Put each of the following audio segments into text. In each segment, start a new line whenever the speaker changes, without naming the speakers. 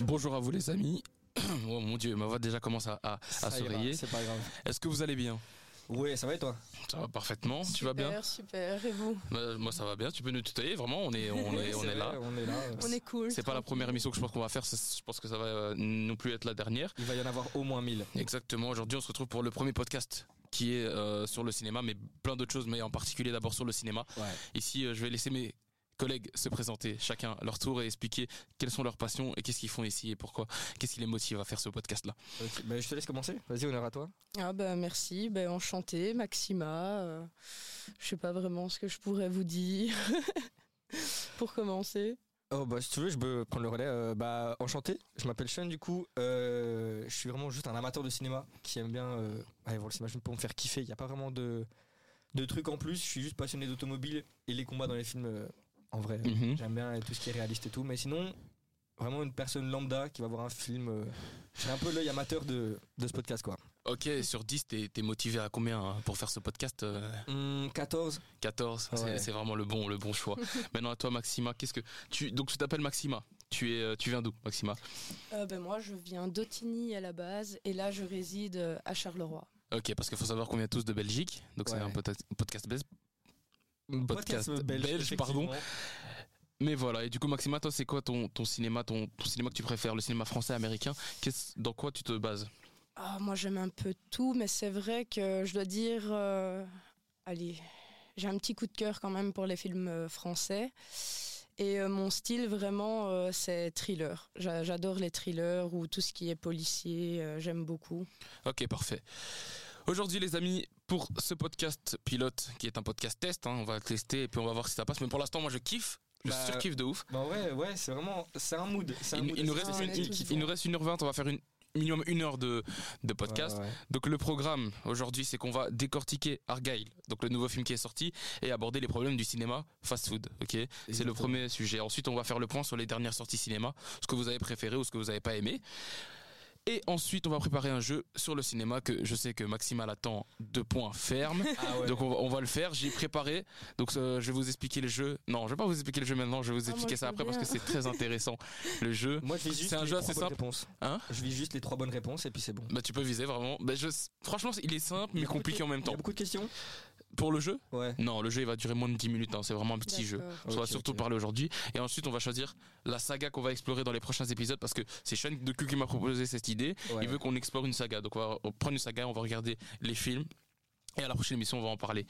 Bonjour à vous les amis. Oh mon dieu, ma voix déjà commence à, à, à
Ça ira,
s'oreiller.
C'est pas grave.
Est-ce que vous allez bien
Ouais, ça va et toi
Ça va parfaitement, tu vas bien
Super, super. Et vous
Bah, Moi ça va bien, tu peux nous tutoyer, vraiment, on est, on est, on
C'est
est là.
vrai, On est là.
On est cool.
C'est pas la première émission que je pense qu'on va faire, c'est- je pense que ça va euh, non plus être la dernière.
Il va y en avoir au moins 1000.
Exactement, aujourd'hui on se retrouve pour le premier podcast qui est euh, sur le cinéma, mais plein d'autres choses, mais en particulier d'abord sur le cinéma.
Ouais.
Ici euh, je vais laisser mes collègues se présenter chacun à leur tour et expliquer quelles sont leurs passions et qu'est-ce qu'ils font ici et pourquoi, qu'est-ce qui les motive à faire ce podcast-là.
Ok, bah, je te laisse commencer. Vas-y, honneur à toi.
Ah bah merci, bah, enchanté, Maxima. euh, je sais pas vraiment ce que je pourrais vous dire pour commencer.
Oh bah si tu veux je peux prendre le relais. Euh, bah enchanté, je m'appelle Sean du coup, Euh, je suis vraiment juste un amateur de cinéma qui aime bien euh, aller voir le cinéma juste pour me faire kiffer. Il n'y a pas vraiment de, de trucs en plus, je suis juste passionné d'automobile et les combats dans les films euh, en vrai.
Mhm.
J'aime bien tout ce qui est réaliste et tout, mais sinon vraiment une personne lambda qui va voir un film. euh, J'ai un peu l'œil amateur de, de ce podcast quoi.
Ok, sur 10, t'es t'es motivé à combien hein, pour faire ce podcast euh,
Hum, 14,
14, c'est-
Ouais.
c'est vraiment le bon, le bon choix. Maintenant à toi Maxima, qu'est-ce que tu donc tu t'appelles Maxima Tu es, euh, tu viens d'où Maxima
Euh, bah, moi, je viens d'Otigny à la base et là, je réside euh, à Charleroi.
Ok, parce qu'il faut savoir qu'on vient tous de Belgique, donc c'est
Ouais.
un podcast, podcast belge. Podcast belge,
effectivement.
pardon. Mais voilà, et du coup Maxima, toi c'est quoi ton, ton cinéma, ton, ton cinéma que tu préfères, le cinéma français, américain Qu'est-ce- Dans quoi tu te bases
Ah, moi, j'aime un peu tout, mais c'est vrai que je dois dire. euh, allez, j'ai un petit coup de cœur quand même pour les films euh, français. Et euh, mon style, vraiment, euh, c'est thriller. J'a- J'adore les thrillers ou tout ce qui est policier, euh, j'aime beaucoup.
Ok, parfait. Aujourd'hui, les amis, pour ce podcast pilote, qui est un podcast test, hein, on va le tester et puis on va voir si ça passe. Mais pour l'instant, moi, je kiffe. Je
Bah,
surkiffe de ouf.
Bah ouais, ouais, c'est vraiment, c'est un mood. c'est un
Il,
mood
il nous
assez
reste
Ah,
une,
on est
il-
tous
il
bons.
nous reste 1h20, on va faire une, minimum une heure de, de podcast.
Ouais, ouais.
Donc le programme aujourd'hui, c'est qu'on va décortiquer Argyle, donc le nouveau film qui est sorti, et aborder les problèmes du cinéma fast-food. Ok, c'est le
Exactement.
premier sujet. Ensuite, on va faire le point sur les dernières sorties cinéma, ce que vous avez préféré ou ce que vous n'avez pas aimé. Et ensuite, on va préparer un jeu sur le cinéma que je sais que Maximal attend de points fermes.
Ah ouais.
Donc on va, on va le faire, j'ai préparé. Donc euh, je vais vous expliquer le jeu. Non, je vais pas vous expliquer le jeu maintenant, je vais vous
Ah, moi,
expliquer
je
ça
veux
après parce
bien.
que c'est très intéressant le jeu.
Moi, je vis juste
C'est un
les
jeu
trois
assez
bonnes
simple.
réponses.
Hein
Je vis juste les trois bonnes réponses et puis c'est bon.
Bah tu peux viser vraiment. Bah, je... Franchement, il est simple mais compliqué en même
Il y
temps.
a beaucoup de questions
Pour le jeu
Ouais.
Non, le jeu il va durer moins de 10 minutes, hein, c'est vraiment un petit jeu.
D'accord.
On va
Ok,
surtout
ok.
parler aujourd'hui. Et ensuite, on va choisir la saga qu'on va explorer dans les prochains épisodes parce que c'est Sean de Q qui m'a proposé cette idée.
Ouais.
Il veut qu'on explore une saga. Donc on va prendre une saga, on va regarder les films. Et à la prochaine émission, on va en parler.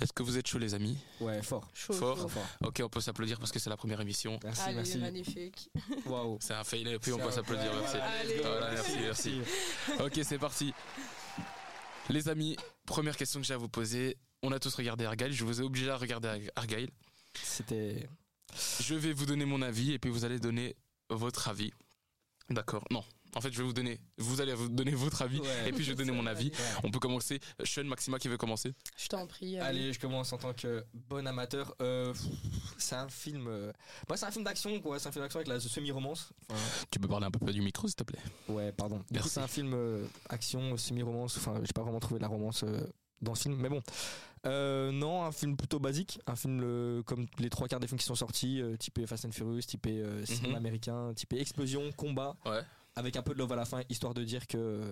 Est-ce que vous êtes chaud, les amis
Ouais, fort.
Chaud,
Fort.
Fort,
chaud.
fort.
Ok, on peut s'applaudir parce que c'est la première émission.
Merci,
Allez,
merci.
magnifique.
Waouh.
C'est un fail, et puis on
C'est
peut
un-
s'applaudir.
ouais,
Merci. Ah,
voilà, let's go.
Voilà, merci, merci. Ok, c'est parti. Les amis, première question que j'ai à vous poser. On a tous regardé Argyle. Je vous ai obligé à regarder Ar- Argyle.
C'était.
Je vais vous donner mon avis et puis vous allez donner votre avis. D'accord. Non. En fait, je vais vous donner. Vous allez vous donner votre avis
Ouais.
et puis je vais donner mon avis.
Ouais.
On peut commencer. Sean Maxima qui veut commencer.
Je t'en prie. allez.
Allez, je commence en tant que bon amateur. Euh, pff, c'est un film. euh, Bah, c'est un film d'action, quoi. C'est un film d'action avec la semi-romance. Enfin,
Tu peux parler un peu plus du micro, s'il te plaît.
Ouais, pardon. Du coup,
Merci.
c'est un film euh, action, semi-romance. Enfin, j'ai pas vraiment trouvé la romance euh, dans ce film, mais bon. Euh, non, un film plutôt basique. Un film euh, comme les trois quarts des films qui sont sortis, euh, typé Fast and Furious, typé euh, cinéma
Mhm.
américain, typé explosion, combat.
Ouais.
Avec un peu de love à la fin, histoire de dire que euh,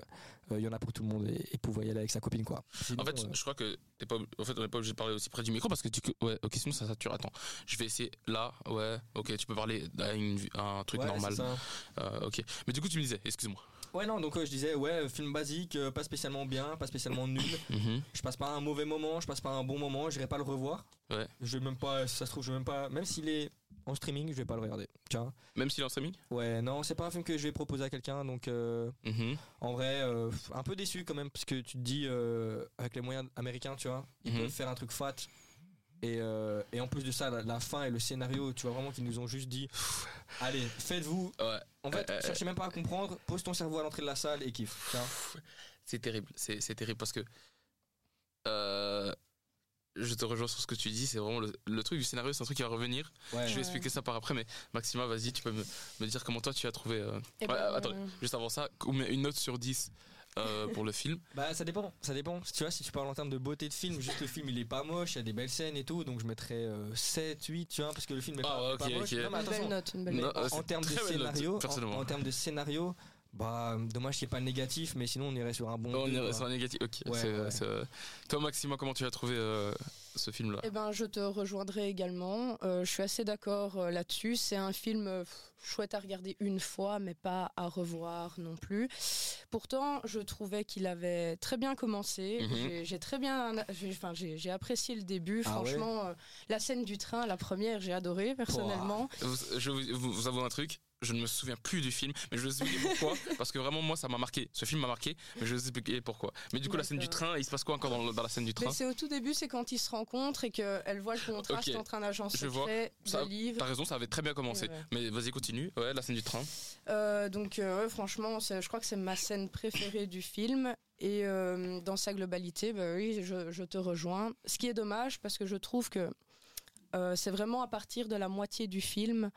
il y en a pour tout le monde et, et pouvoir y aller avec sa copine, quoi. Sinon,
En fait,
euh,
je crois que t'es pas. En fait, on n'est pas obligé de parler aussi près du micro parce que tu. Ouais. Ok, sinon ça sature. Attends. Je vais essayer là. Ouais. Ok. Tu peux parler à, une- à un truc
ouais,
normal.
c'est ça.
Euh, ok. Mais du coup, tu me disais. Excuse-moi.
Ouais, non, donc euh, je disais, ouais, film basique, euh, pas spécialement bien, pas spécialement nul.
Mhm.
je passe pas un mauvais moment, je passe pas un bon moment, j'irai pas le revoir.
Ouais.
Je vais même pas, si ça se trouve, je vais même pas, même s'il est en streaming, je vais pas le regarder. Tiens.
Même s'il est en streaming.
Ouais, non, c'est pas un film que je vais proposer à quelqu'un, donc euh,
Mhm.
en vrai, euh, un peu déçu quand même, parce que tu te dis, euh, avec les moyens américains, tu vois, ils
Mhm.
peuvent faire un truc fat. Et, euh, et en plus de ça, la, la fin et le scénario, tu vois vraiment qu'ils nous ont juste dit, allez, faites-vous.
Ouais.
En fait,
Euh, euh,
cherchez même pas à comprendre, pose ton cerveau à l'entrée de la salle et kiffe. tu vois.
C'est terrible, c'est c'est terrible parce que euh, je te rejoins sur ce que tu dis, c'est vraiment le, le truc du scénario, c'est un truc qui va revenir.
Ouais.
Je vais
Ouais.
expliquer ça par après, mais Maxima, vas-y, tu peux me, me dire comment toi tu as trouvé. euh,
Eh
ouais,
ben,
attends,
euh,
juste avant ça, combien- une note sur 10 euh, pour le film
Bah ça dépend, ça dépend. Tu vois, si tu parles en termes de beauté de film, juste le film il est pas moche, il y a des belles scènes et tout, donc je mettrais euh, 7, 8, tu vois, parce que le film est
Ah,
pas,
ok,
pas
ok.
moche. Non, mais
Une belle
attention,
note, une belle
Non,
note.
euh,
en,
c'est
termes de
très belle note,
scénario, en,
personnellement.
en termes de scénario, bah dommage qu'il n'y ait pas le négatif, mais sinon on irait sur un bon.
on
deux,
irait
quoi.
sur un négatif. Ok.
Ouais,
c'est-
ouais.
c'est- Toi, Maxima, comment tu as trouvé euh, ce film-là
Eh ben, je te rejoindrai également. Euh, je suis assez d'accord euh, là-dessus. C'est un film euh, pff, chouette à regarder une fois, mais pas à revoir non plus. Pourtant, je trouvais qu'il avait très bien commencé.
Mhm.
J'ai- J'ai très bien, j'ai- enfin, j'ai j'ai apprécié le début.
Ah ouais
Franchement, euh, la scène du train, la première, j'ai adoré personnellement.
Vous- Je vous, vous- vous avoue un truc. Je ne me souviens plus du film, mais je vais vous expliquer pourquoi. parce que vraiment, moi, ça m'a marqué. Ce film m'a marqué, mais je vais vous expliquer pourquoi. Mais du coup, la scène du
D'accord.
train, il se passe quoi encore dans, le- dans la scène du train
Mais c'est au tout début, c'est quand ils se rencontrent et qu'elle voit le contraste
Ok.
entre un agent
Je vois.
secret,
Ça-
de livre.
T'as raison, ça avait très bien commencé.
Ouais.
Mais vas-y, continue. Ouais, la scène du train.
Euh, donc euh, ouais, franchement, c'est- je crois que c'est ma scène préférée du film. Et euh, dans sa globalité, bah oui, je, je te rejoins. Ce qui est dommage parce que je trouve que euh, c'est vraiment à partir de la moitié du film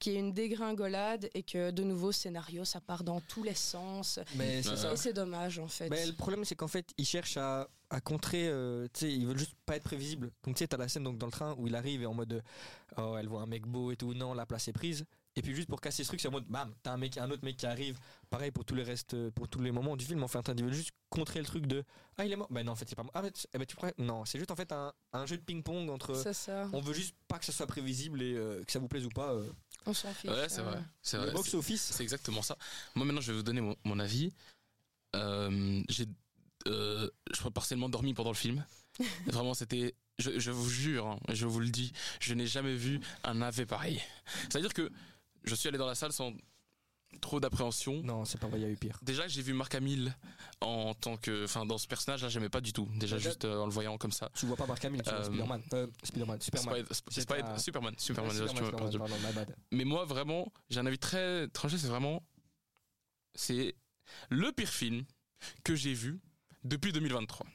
qui est une dégringolade et que de nouveau scénario, ça part dans tous les sens.
Mais
Ouais.
c'est ça.
Et c'est dommage en fait.
Mais le problème, c'est qu'en fait, ils cherchent à, à contrer. euh, tu sais, ils veulent juste pas être prévisibles. Donc, tu sais, t'as la scène donc, dans le train où il arrive et en mode. euh, oh, elle voit un mec beau et tout. Non, la place est prise. Et puis, juste pour casser ce truc, c'est en mode. Bam, t'as un, mec, un autre mec qui arrive. Pareil pour tous les restes, euh, pour tous les moments du film. Enfin, t'as- ils veulent juste contrer le truc de. Ah, il est mort. Bah, non, en fait, c'est pas mort. Ah, bah, tu, eh ben, tu crois- Non, c'est juste en fait un, un jeu de ping-pong entre.
C'est ça,
On veut juste pas que ça soit prévisible et euh, que ça vous plaise ou pas. euh,
on s'en fiche.
Ouais, c'est
euh,
vrai. C'est
le
vrai. C'est-
box-office.
C'est exactement ça. Moi, maintenant, je vais vous donner mon, mon avis. Euh, j'ai, euh, je crois, partiellement dormi pendant le film. Vraiment, c'était. Je, je vous jure, hein, je vous le dis, je n'ai jamais vu un AV pareil. C'est-à-dire que je suis allé dans la salle sans trop d'appréhension.
Non, c'est pas vrai, il y a eu pire.
Déjà, j'ai vu Marc Hamill en tant que. Enfin, dans ce personnage-là, j'aimais pas du tout. Déjà,
Mais là-
juste euh, en le voyant comme ça.
Tu vois pas Marc Hamill, tu vois
Euh,
Spider-Man. Euh, Spider-man, Superman.
Spider- Sp-
J'étais
Spider-
à-
Superman, Superman,
Ouais,
déjà,
Superman,
tu m'as
Superman,
perdu.
pardon, my bad.
Mais moi, vraiment, j'ai un avis très tranché. C'est vraiment. C'est le pire film que j'ai vu depuis 2023.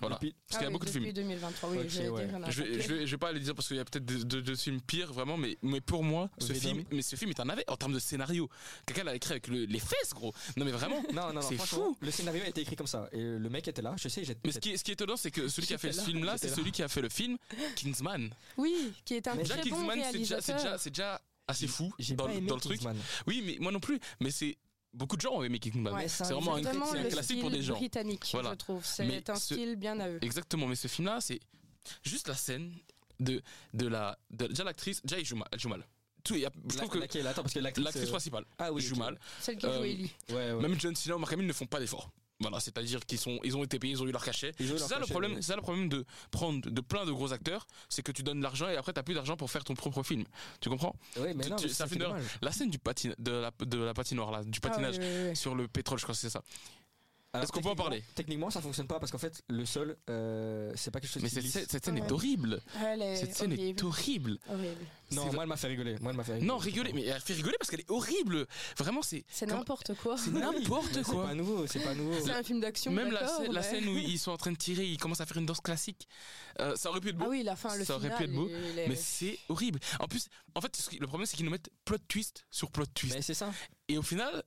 Voilà.
Depuis-
Parce qu'il y
Ah
a
oui,
beaucoup de films.
Depuis 2023, oui,
Ok,
j'allais
ouais.
dire, il y en a
Je vais,
un
je, vais, je vais pas aller dire parce qu'il y a peut-être deux, deux- deux films pires, vraiment, mais, mais pour moi, ce
Venom.
film, mais ce film est un navet en termes de scénario. Quelqu'un l'a écrit avec le- les fesses, gros. Non, mais vraiment.
Non, non, non,
C'est
franchement, Le scénario a été écrit comme ça. Et le mec était là, je sais, j'ai.
Mais ce qui, est- ce qui est étonnant, c'est que celui qui a fait
J'étais
ce
là,
film-là,
j'étais
c'est
là.
celui qui a fait le film Kingsman.
Oui, qui est un
Mais
Déjà,
très bon
Kingsman, c'est déjà,
réalisateur.
c'est déjà, c'est déjà assez fou
J'ai
dans,
pas
le-
aimé
dans le truc.
Kingsman.
Oui, mais moi non plus. Mais c'est beaucoup de gens ont aimé Kingsman.
Ouais,
Bah c'est vraiment un,
c'est
Vraiment
c'est un
le
classique
style
pour des gens.
britannique,
Voilà.
je trouve.
Mais
C'est un
ce-
style bien à eux.
Exactement, mais ce film-là, c'est juste la scène de, de la. De, déjà, l'actrice, déjà, elle joue mal. Elle joue mal. Tout, il y a- je trouve que
Laquelle Attends, parce que l'actrice.
l'actrice
euh,
principale
Ah oui.
joue
ok.
mal.
Celle qui
Euh,
joue Ellie.
Ouais, ouais.
Même John Cena ou Mark Hamill ne font pas d'efforts. Voilà, c'est-à-dire qu'ils sont, ils ont été payés, ils ont eu leur cachet.
Ils ont
C'est
leur
ça le
cachet,
problème.
ouais.
C'est ça le problème de prendre de plein de gros acteurs, c'est que tu donnes de l'argent et après t'as plus d'argent pour faire ton propre film. Tu comprends
Ouais, mais
tu-
non,
tu-
mais
ça
ça
fait
fait
une heure.
dommage.
La scène du patin, de la, de la patinoire là, du patinage
Ah oui, oui, oui.
sur le pétrole, je crois que c'est ça.
Alors,
Est-ce qu'on peut en
techniquement-
parler
Techniquement, ça fonctionne pas parce qu'en fait, le sol, euh, c'est pas quelque chose
Mais
qui
cette,
glisse.
scène- cette scène est
Ah Ouais.
horrible.
Elle est
Cette scène est
Euh,
horrible.
horrible. horrible.
c'est-
Non, moi, elle m'a fait rigoler. Moi, elle m'a fait rigoler.
Non, rigoler, mais elle fait rigoler parce qu'elle est horrible. Vraiment, c'est
C'est
Comme-
n'importe quoi.
c'est n'importe
Ah C'est
quoi.
pas nouveau, c'est pas nouveau.
C'est un film d'action.
Même la,
d'accord,
scè- la
mais-
scène où ils sont en train de tirer, ils commencent à faire une danse classique. Euh, ça aurait pu être beau,
Ah oui, la fin, le
Ça aurait
final.
pu être beau,
il est-
mais c'est horrible. En plus, en fait, ce qui- le problème, c'est qu'ils nous mettent plot twist sur plot twist.
Mais c'est ça.
Et au final,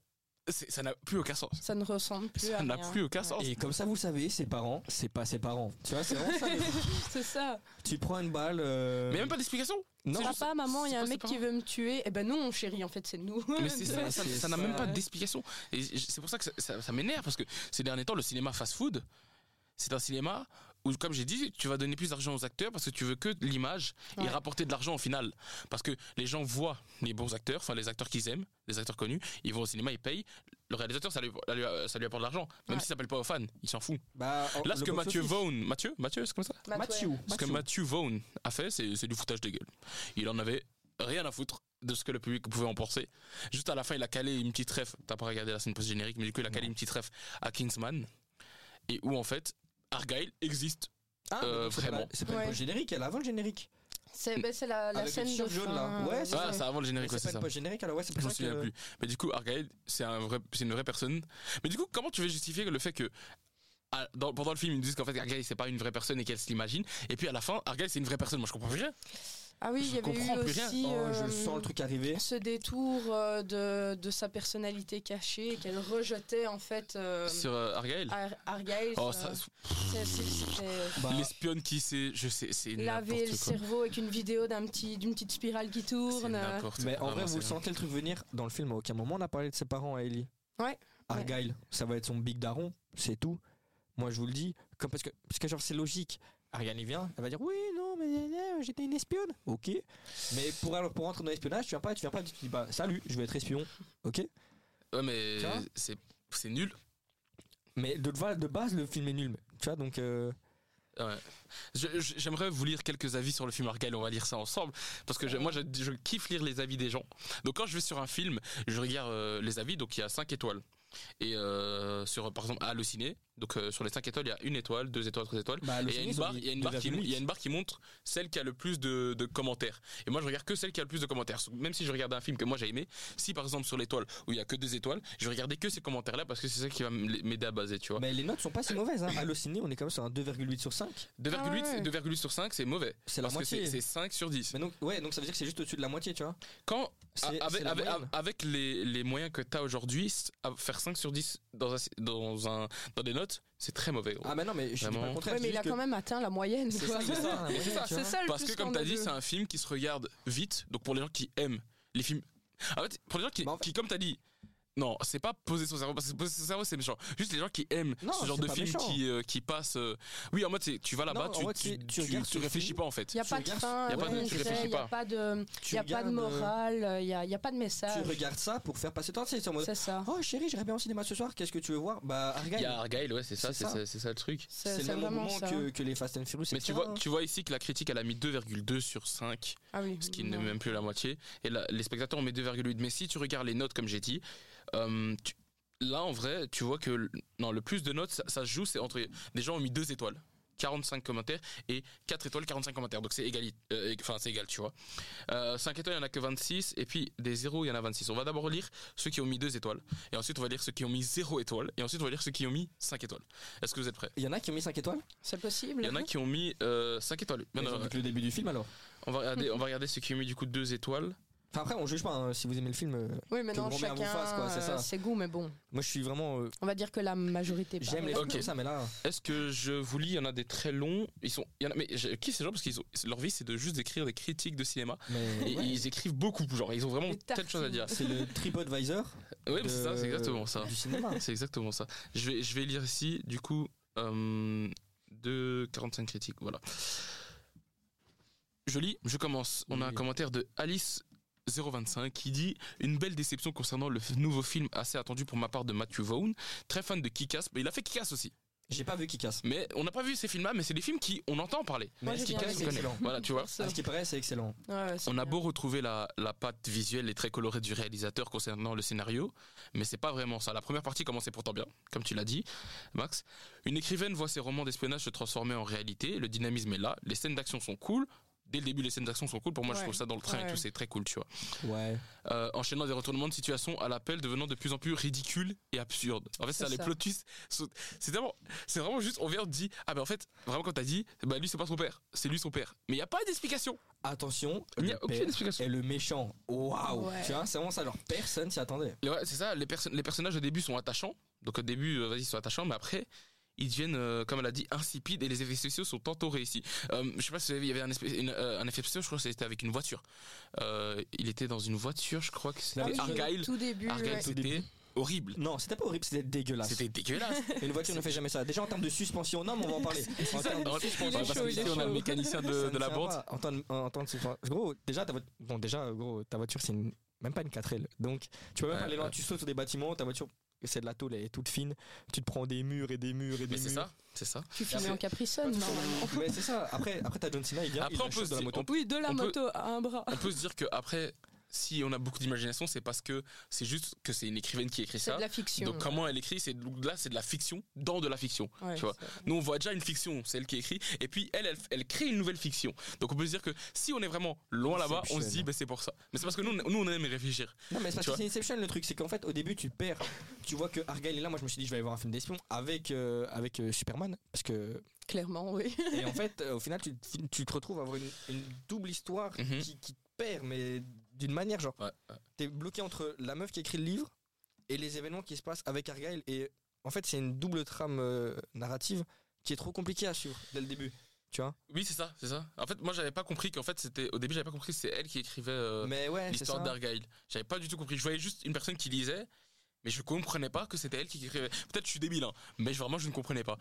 c'est- ça n'a plus aucun sens.
Ça ne ressemble plus à
Ça n'a
rien.
plus aucun sens.
Et comme ça, vous le savez, ses parents, c'est pas ses parents. Tu vois, c'est vraiment ça. le-
C'est ça.
Tu prends une balle. euh,
Mais même pas d'explication.
Non,
C'est juste-
Papa, maman, il y a
c'est
un
pas
mec
ses
qui veut me tuer. Eh ben non, chérie, en fait, c'est nous.
Mais c'est ça,
Mais
ça-
c'est
ça n'a même pas
ça.
d'explication. Et j- c'est pour ça que ça, ça- ça m'énerve parce que ces derniers temps, le cinéma fast-food, c'est un cinéma où, comme j'ai dit, tu vas donner plus d'argent aux acteurs parce que tu veux que de l'image et
Ouais.
rapporter de l'argent au final. Parce que les gens voient les bons acteurs, enfin les acteurs qu'ils aiment, les acteurs connus, ils vont au cinéma, ils payent. Le réalisateur, ça lui, ça lui- ça lui apporte de l'argent. Même
Ouais.
s'il s'appelle pas aux fans, il s'en fout.
Bah, en-
Là, ce
le
que Mathieu
box-office.
Vaughn, Mathieu, Mathieu, c'est comme ça
Matt, ouais.
Mathieu.
Ce que Mathieu Vaughn a fait, c'est c'est du foutage de gueule. Il en avait rien à foutre de ce que le public pouvait en penser. Juste à la fin, il a calé une petite ref. T'as pas regardé la scène post-générique, mais du coup, il a calé
Non.
une petite ref à Kingsman. Et où, en fait, Argyle existe.
Ah, mais
Euh,
donc c'est pas-
vraiment.
C'est pas une
Ouais.
post générique, elle a avant le générique.
C'est ben, c'est la, la
Avec le
scène de
t-shirt jaune, là.
fin.
Ouais,
euh,
c'est
Ah,
vrai.
c'est avant le générique, ouais,
C'est
c'est
pas
ça.
une post générique, alors ouais, c'est pour
Je m'en
ça que-
souviens plus. Mais du coup, Argyle, c'est un vrai, c'est une vraie personne. Mais du coup, comment tu veux justifier le fait que à- dans- pendant le film, ils nous disent qu'en fait, Argyle, c'est pas une vraie personne et qu'elle se l'imagine. Et puis à la fin, Argyle, c'est une vraie personne. Moi, je comprends plus rien.
Ah oui, il
Je
y avait
comprends
eu
plus rien.
aussi
Oh, je
euh,
sens le truc arriver.
ce détour euh, de, de sa personnalité cachée qu'elle rejetait en fait euh,
Sur euh, Argyle
Ar- Argyle.
Oh,
euh,
ça-
c'est- c'est- c'était- euh,
Bah,
L'espionne qui sait, je sais, c'est
laver le
n'importe quoi.
cerveau avec une vidéo d'un petit, d'une petite spirale qui
C'est
tourne. euh,
n'importe
mais en
quoi,
vrai,
vraiment,
vous
Ah, c'est-
sentez le truc venir dans le film. À aucun moment, on a parlé de ses parents à Ellie.
Ouais.
Argyle, ça va être son big daron, c'est tout. Moi, je vous le dis, comme parce que, parce que genre, c'est logique. Ariane, il vient, elle va dire Oui, non, mais euh, j'étais une espionne. Ok. Mais pour, alors, pour rentrer dans l'espionnage, tu viens pas, tu viens pas, tu te dis bah, Salut, je vais être espion. Ok.
Ouais,
Tu vois
mais c'est c'est nul.
Mais de, de base, le film est nul. mais- Tu vois, donc. euh,
Ouais. Je- je- J'aimerais vous lire quelques avis sur le film Argyle, on va lire ça ensemble, parce que je- moi je, je kiffe lire les avis des gens. Donc quand je vais sur un film, je regarde euh, les avis, donc il y a 5 étoiles. Et euh, sur par exemple Allociné, donc euh, sur les 5 étoiles, il y a une étoile, deux étoiles, trois étoiles.
bah,
Et il
le
y a
film,
une
ils ont
barre-
mis
il y a une barre qui mon-
2,8.
il y a une barre qui montre celle qui a le plus de, de commentaires. Et moi, je regarde que celle qui a le plus de commentaires. Même si je regarde un film que moi j'ai aimé, si par exemple sur l'étoile où il y a que deux étoiles, je regardais que ces commentaires-là parce que c'est ça qui va m- m'aider à baser, tu vois.
Mais les notes sont pas si mauvaises. Hein. Allociné, on est quand même sur un 2,8 sur 5.
2,8
Ah ouais.
2,8 sur 5, c'est mauvais.
C'est la
Parce que
moitié.
c'est c'est 5 sur 10.
Mais donc, ouais, donc ça veut dire que c'est juste au-dessus de la moitié, tu vois.
Quand,
C'est-
a-
c'est
avec,
la
avec-
moyenne.
avec les, les moyens que tu as aujourd'hui, s- à faire 5 sur 10 dans, un, dans, un- dans des notes, c'est très mauvais. gros.
Ah, mais non, mais je dis pas
Vraiment.
le contraire.
Ouais, mais
je dis
il a
que-
quand même atteint la moyenne.
C'est
quoi.
ça, il a ça, la moyenne,
ça,
tu vois.
C'est ça le
Parce que,
plus
comme tu as dit,
scandaleux.
c'est un film qui se regarde vite. Donc, pour les gens qui aiment les films. En fait, pour les gens qui,
Bah, en fait-
qui comme tu as dit. Non, c'est pas poser son cerveau, parce que poser son cerveau, c'est méchant. Juste les gens qui aiment
Non,
ce genre
c'est
de
pas
film
méchant.
qui, euh, qui passe. euh, Oui, en mode, c'est- tu vas là-bas,
Non, en
tu,
mode,
tu,
c'est- tu
tu,
regardes
tu
ce
réfléchis
film,
pas, en fait.
Il n'y a
tu
pas de
regardes-
fin,
y a pas de- tu réfléchis
il n'y a
pas.
pas de,
Tu
y a pas
regardes, euh,
de morale, il n'y a, y a pas de
Tu
message.
regardes ça pour faire passer ton temps. tu sais, C'est en mode.
C'est ça.
Oh chérie, j'irai bien au cinéma ce soir. Qu'est-ce que tu veux voir Bah
Il
Argyle.
y a Argyle, ouais, c'est ça,
C'est
c'est
ça.
ça, c'est ça le truc.
C'est
C'est
le
c'est
même
vraiment
moment
ça.
que, que les Fast and Furious.
Mais tu vois, tu vois ici que la critique, elle a mis 2,2 sur 5.
Ah oui.
ce qui n'est même plus la moitié. Et là, les spectateurs ont mis 2,8. Mais si tu regardes les notes, comme j'ai dit, euh, tu- là, en vrai, tu vois que le- non, le plus de notes, ça, ça se joue, c'est entre. Des gens ont mis 2 étoiles. 45 commentaires et 4 étoiles 45 commentaires donc c'est égali- euh, ég- enfin c'est égal tu vois 5 étoiles il y en a que 26 et puis des 0 il y en a 26 on va d'abord lire ceux qui ont mis 2 étoiles et ensuite on va lire ceux qui ont mis 0 étoiles et ensuite on va lire ceux qui ont mis 5 étoiles est-ce que vous êtes prêts
Il y en a qui ont mis 5 étoiles.
C'est possible.
il y en a qui ont mis 5 étoiles Il y en
Mais
a-
ils ont vu que le début du film alors.
on, va regarder, on va regarder ceux qui ont mis du coup 2 étoiles
Enfin après, on juge pas. hein, Si vous aimez le film, euh,
Oui, mais
que
non,
le Robert vous
chacun
fasse, quoi, c'est ça.
euh, ses goûts, mais bon,
moi je suis vraiment. euh,
on va dire que la majorité. parle.
J'aime les films
Ok.
comme ça, mais là.
Est-ce que je vous lis Il y en a des très longs. Ils sont, il y en a, mais je kiffe ces gens parce qu'ils ont leur vie, c'est de juste d'écrire des critiques de cinéma.
Mais
Et,
ouais.
ils écrivent beaucoup, genre ils ont vraiment
Des
telle chose à dire.
c'est le TripAdvisor.
Oui,
de-
mais c'est ça, c'est exactement ça.
Du cinéma.
C'est exactement ça. Je vais, je vais lire ici, du coup, euh, de 45 critiques, voilà. Je lis, je commence. On a
Oui.
un commentaire de Alice. 025 qui dit une belle déception concernant le f- nouveau film assez attendu pour ma part de Matthew Vaughn, très fan de Kick-Ass, mais il a fait Kick-Ass aussi.
J'ai pas vu qui casse.
Mais on n'a pas vu ces films-là, mais c'est des films qui on entend parler.
Moi,
Mais
j'ai
ce qui
bien
casse,
aimé.
c'est excellent.
Voilà, tu vois.
À Ah, ce qui paraît, c'est excellent.
Ouais, c'est
On a
bien.
beau retrouver la, la patte visuelle et très colorée du réalisateur concernant le scénario, mais c'est pas vraiment ça. La première partie commençait pourtant bien, comme tu l'as dit, Max. Une écrivaine voit ses romans d'espionnage se transformer en réalité, le dynamisme est là, les scènes d'action sont cool. Dès le début, les scènes d'action sont cool. Pour moi, je
Ouais.
trouve ça dans le train et
Ouais.
tout, c'est très cool, tu vois.
Ouais.
Euh, enchaînant des retournements de situation à l'appel devenant de plus en plus ridicule et absurde. En fait,
C'est
ça, les
ça.
plot twists sont- C'est vraiment, c'est vraiment juste, on vient, on te dit, ah ben en fait, vraiment quand t'as dit, bah lui c'est pas son père, c'est lui son père. Mais il n'y a pas d'explication.
Attention.
Il n'y
le
a aucune
père
explication.
Et le méchant. Waouh.
Ouais.
Tu vois, c'est vraiment ça. Genre personne s'y attendait.
Et ouais, c'est ça, les, perso- les personnages au début sont attachants. Donc au début, euh, vas-y, ils sont attachants, mais après, ils deviennent, euh, comme elle a dit, insipides et les effets spéciaux sont tantôt réussis. Euh, je sais pas si vous avez vu, il y avait un, espèce- une, euh, un effet spécial, je crois que c'était avec une voiture. Euh, il était dans une voiture, je crois que
Ah
Ah
c'était
oui,
Argyle.
Tout début.
Argyle,
ouais.
Au début.
c'était horrible.
Non, c'était pas horrible, c'était dégueulasse.
C'était dégueulasse.
Une voiture ne fait jamais ça. Déjà en termes de suspension, non, mais on va en parler. En
Ça,
termes de
en fait,
suspension,
il est
parce
chaud,
qu'ici,
il est
on a le
chaud.
mécanicien de,
ça ne
de la
sert
bande.
pas. En termes- en- en termes de suspension. Gros, déjà ta, voit- bon, déjà, gros, ta voiture, c'est une- même pas une 4L. Donc, tu peux même
Ouais,
pas aller loin.
ouais.
Tu sautes sur des bâtiments, ta voiture, c'est de la tôle, elle est toute fine. Tu te prends des murs et des murs et des
Mais c'est
murs.
ça, c'est ça.
Tu filmes
Après-
en Capricorne, normalement.
Mais c'est ça. Après, après t'as John Cena, il vient.
Après,
il
on peut
de la
se-
moto.
on
Oui, de la
On peut-
moto à un bras.
On peut se dire que après si on a beaucoup d'imagination, c'est parce que c'est juste que c'est une écrivaine qui écrit
C'est
ça.
de la fiction.
Donc comment elle écrit, c'est de- là c'est de la fiction dans de la fiction.
Ouais,
tu vois.
c'est-
Nous on voit déjà une fiction, c'est elle qui écrit, et puis elle, elle, elle crée une nouvelle fiction. Donc on peut se dire que si on est vraiment loin là-bas, on se dit
Inception.
ben c'est pour ça. Mais c'est parce que nous, on- nous on aime réfléchir.
Non, mais c'est parce
Tu vois.
que c'est Inception le truc, c'est qu'en fait au début tu perds. Tu vois que Argyle est là, moi je me suis dit je vais aller voir un film d'espion avec, euh, avec euh, Superman. Parce que.
Clairement, oui.
Et en fait euh, au final tu, tu te retrouves à avoir une, une double histoire
Mhm.
qui, qui te perd, mais d'une manière genre.
Ouais,
T'es bloqué entre la meuf qui écrit le livre et les événements qui se passent avec Argyle. Et en fait c'est une double trame euh, narrative qui est trop compliquée à suivre dès le début. Tu vois
Oui c'est ça, c'est ça. En fait moi j'avais pas compris qu'en fait c'était au début j'avais pas compris que c'est elle qui écrivait euh,
Mais ouais, Eh, c'est
l'histoire
ça.
d'Argyle. J'avais pas du tout compris. Je voyais juste une personne qui lisait. Mais je comprenais pas que c'était elle qui écrivait. Peut-être que je suis débile, hein, mais vraiment je ne comprenais pas.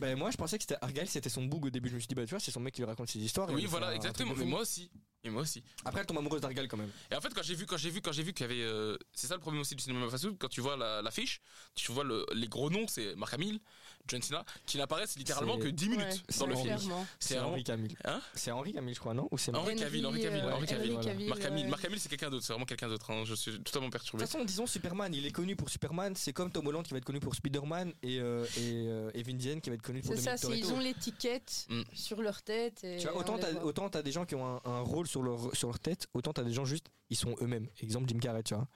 Ben moi je pensais que c'était Argyle, c'était son bug au début. Je me suis dit bah tu vois c'est son mec qui lui raconte ses histoires. et
Oui,
il fait un-
voilà,
un truc
exactement.
de
Et
fou.
moi aussi. Et moi aussi.
Après elle tombe amoureuse d'Argyle quand même.
Et en fait, quand j'ai vu, quand j'ai vu, quand j'ai vu qu'il y avait, euh, c'est ça le problème aussi du cinéma fast food. Quand tu vois la- l'affiche, tu vois le- les gros noms, c'est Mark Hamill, John Cena, qui n'apparaissent littéralement
C'est-
que 10
Ouais,
minutes dans le
c'est
film.
clairement.
C'est vraiment
Henri Camille.
Hein
c'est Henri Camille je crois non Ou c'est Marc
Henri Cavill, Henri Cavill,
euh,
Henri Cavill,
voilà.
Henry
Mark Hamill,
ouais.
Mark Hamill, c'est quelqu'un d'autre, c'est vraiment quelqu'un d'autre. hein. Je suis totalement
de
perturbé.
toute façon, disons Superman, il est connu pour Superman, c'est comme Tom Holland qui va être connu pour Spider-Man et, euh, et, euh, et Vin Diesel qui va être connu pour
C'est ça,
Dominic
c'est-
Toretto.
ils ont l'étiquette
Mm.
sur leur tête. Et euh,
Tu vois,
on
autant
les
t'as,
voit.
autant t'as des gens qui ont un, un rôle sur leur, sur leur tête, autant t'as des gens juste, ils sont eux-mêmes. Exemple Jim Carrey, tu vois.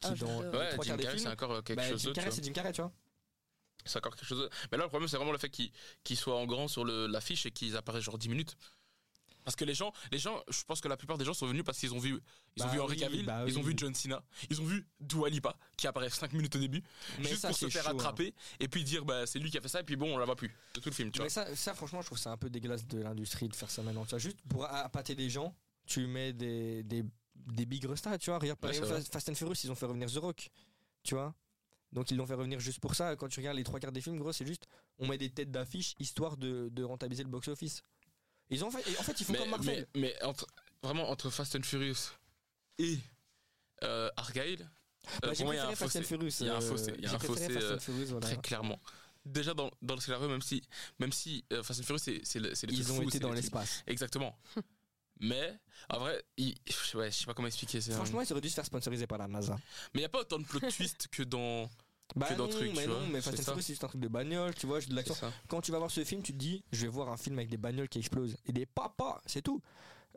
Qui
Ah,
dans
j'adore.
les
Ouais,
trois
Jim
quarts des
Carrey, c'est
films,
encore euh, quelque
bah,
chose
Jim
d'autre.
Carrey,
tu vois.
c'est Jim Carrey, tu vois.
C'est encore quelque chose d'autre. Mais là, le problème, c'est vraiment le fait qu'il qu'il soit en grand sur le- l'affiche et qu'ils apparaissent genre 10 minutes. Parce que les gens, les gens, je pense que la plupart des gens sont venus parce qu'ils ont vu, ils ont
Bah
vu Henry
oui,
Cavill,
bah
ils ont
oui.
vu John Cena, ils ont vu Dua Lipa qui apparaît 5 minutes au début.
Mais
juste
ça,
pour se
c'est
faire
chaud, hein.
attraper et puis dire bah c'est lui qui a fait ça et puis bon on la voit plus de tout le film tu vois
Mais ça, ça, franchement, je trouve ça un peu dégueulasse de l'industrie de faire ça maintenant. Tu vois, juste pour appâter des gens, tu mets des, des, des big restats, tu vois. Regarde, par
Ouais, c'est
exemple,
vrai.
Fa- Fast and Furious, ils ont fait revenir The Rock, tu vois. Donc ils l'ont fait revenir juste pour ça. Quand tu regardes les trois quarts des films, gros, c'est juste, on met des têtes d'affiche histoire de, de rentabiliser le box-office. Ils ont fait, et en fait, ils font
mais,
comme Marvel.
mais, mais entre, vraiment entre Fast and Furious et euh, Argyle
Bah,
euh,
j'ai
pour moi il y a
préféré
un
Fast and
fossé
Furious.
Il y a un
euh,
fossé, il y a
j'ai
un fossé,
préféré Fast and
euh,
Furious, voilà.
très clairement déjà dans, dans le scénario même si même si euh, Fast and Furious c'est c'est le, c'est le
Ils
truc
ont
fou,
été
c'est
dans
le truc-
l'espace.
exactement mais en vrai il- ouais, je sais pas comment expliquer c'est un-
Franchement, ils auraient dû se faire sponsoriser par la NASA.
mais il y a pas autant de plot twist que dans
Bah
dans
non,
le truc,
mais
tu
non,
vois,
mais Fast
c'est
and
ça.
Furious, c'est juste un truc de bagnole, tu vois, j'ai de l'action.
C'est ça.
quand tu vas voir ce film, tu te dis, je vais voir un film avec des bagnoles qui explosent et des papas, c'est tout.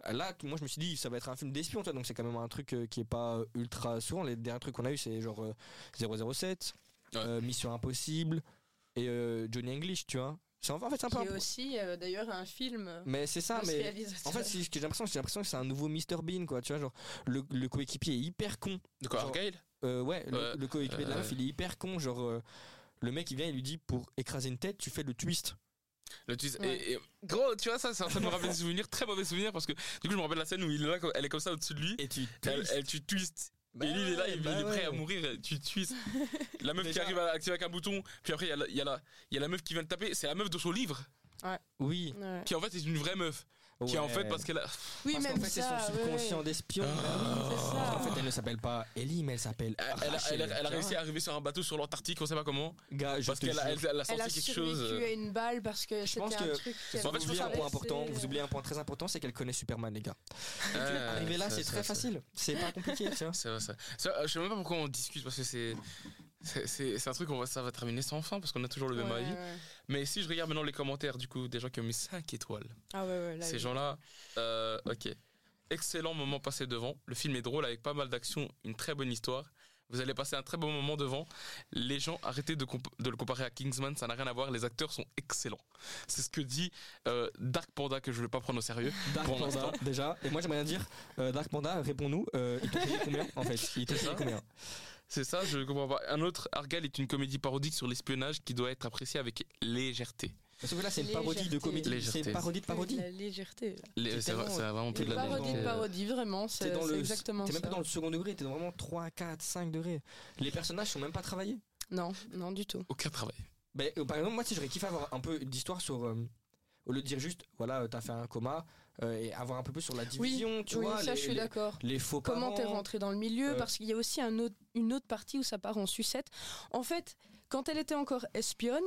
Là, tu- moi, je me suis dit, ça va être un film d'espion, tu vois, donc c'est quand même un truc euh, qui est pas euh, ultra souvent. Les derniers trucs qu'on a eu, c'est genre euh, 007,
Ouais.
euh, Mission Impossible et euh, Johnny English, tu vois. C'est en en fait c'est un peu.
Qui
un
est
peu-
aussi euh, d'ailleurs un film.
Mais c'est ça,
de ce
mais
réalisateur.
en fait, c'est ce que j'ai l'impression, j'ai l'impression que c'est un nouveau Mr Bean, quoi. Tu vois, genre le, le coéquipier est hyper con.
de quoi
Genre-
Argyle
Euh, ouais, le-
Ouais,
le, coéquipier de la
euh,
meuf, il est hyper con. Genre, euh, le mec, il vient, il lui dit pour écraser une tête, tu fais le twist.
Le twist-
Ouais.
et, et- gros, tu vois, ça, ça, ça me rappelle des souvenirs, très mauvais souvenirs, parce que du coup, je me rappelle la scène où il est là, comme- elle est comme ça au-dessus de lui,
Et tu.
elle, elle- tu twists.
Bah
et lui, il est là,
ouais,
il,
bah
il est prêt à
ouais.
mourir, et tu twists. La meuf qui
Déjà-
arrive à activer avec un bouton, puis après, il y, a la- il y a la- il y a la meuf qui vient le taper, c'est la meuf de son livre,
Oui.
Ouais.
qui en fait est une vraie meuf, qui en fait, parce
que.
qu'elle a.
Oui,
Parce
même
qu'en fait, c'est
ça.
son
ouais,
subconscient
ouais.
d'espion.
Bah
C'est ça.
Ah. En fait, elle ne s'appelle pas Ellie, mais elle s'appelle.
Elle, elle a- Ah, elle a-
Rachel,
elle a
tu
réussi
vois.
à arriver sur un bateau sur l'Antarctique, on sait pas comment,
Gars, je
parce
te
qu'elle a, elle,
jure.
elle a
Elle
senti
a
quelque
survécu
chose. euh,
à une balle parce que c'était
pense que-
un truc. qui
En fait,
avait
je
Vous oubliez un
pense
point
traversé,
important. Vous
euh,
oubliez un point très important, c'est qu'elle connaît Superman, les gars.
euh,
Arriver là,
ça,
c'est
ça,
très
ça.
facile. C'est pas compliqué, tiens.
C'est vrai, ça. Ça, euh, Je sais même pas pourquoi on discute, parce que c'est. c'est- C'est c'est un truc, on va, ça va terminer sans fin, parce qu'on a toujours le même
euh, ouais,
avis.
ouais.
Mais si je regarde maintenant les commentaires du coup des gens qui ont mis 5 étoiles,
Ah ouais, ouais, là,
ces
oui.
gens-là, euh, ok. Excellent moment passé devant. Le film est drôle avec pas mal d'action, une très bonne histoire. Vous allez passer un très bon moment devant. Les gens, arrêtez de, comp- de le comparer à Kingsman, ça n'a rien à voir. Les acteurs sont excellents. C'est ce que dit euh, Dark Panda que je ne vais pas prendre au sérieux.
Dark
Pour
Panda,
l'instant.
déjà. Et moi, j'aimerais bien dire, euh, Dark Panda, réponds-nous. euh, il t'a payé combien, en fait Il t'a
C'est
payé
ça
combien
C'est ça, je comprends pas. Un autre, Argal est une comédie parodique sur l'espionnage qui doit être appréciée avec légèreté.
Sauf que là, c'est une parodie de
Légèreté.
comédie. C'est une
Légèreté.
parodie de parodie.
De La légèreté. là.
Les- C'est
tellement-
vrai- c'est vraiment plus de la
Parodie de
légèreté.
parodie, vraiment.
T'es
C'est
dans
c'est
le.
exactement
T'es même pas
ça.
dans le second degré, t'es dans vraiment 3, 4, 5 degrés. Les personnages sont même pas travaillés.
Non, non, du tout.
Aucun travail.
Ben, euh, par exemple, moi, si j'aurais kiffé avoir un peu d'histoire sur. euh, au lieu de dire juste, voilà, euh, t'as fait un coma, euh, et avoir un peu plus sur la division, tu
oui,
vois.
ça,
les,
je suis
les,
d'accord.
les faux
Comment
parents.
t'es rentré dans le milieu
Euh.
Parce qu'il y a aussi un autre- une autre partie où ça part en sucette. En fait, quand elle était encore espionne,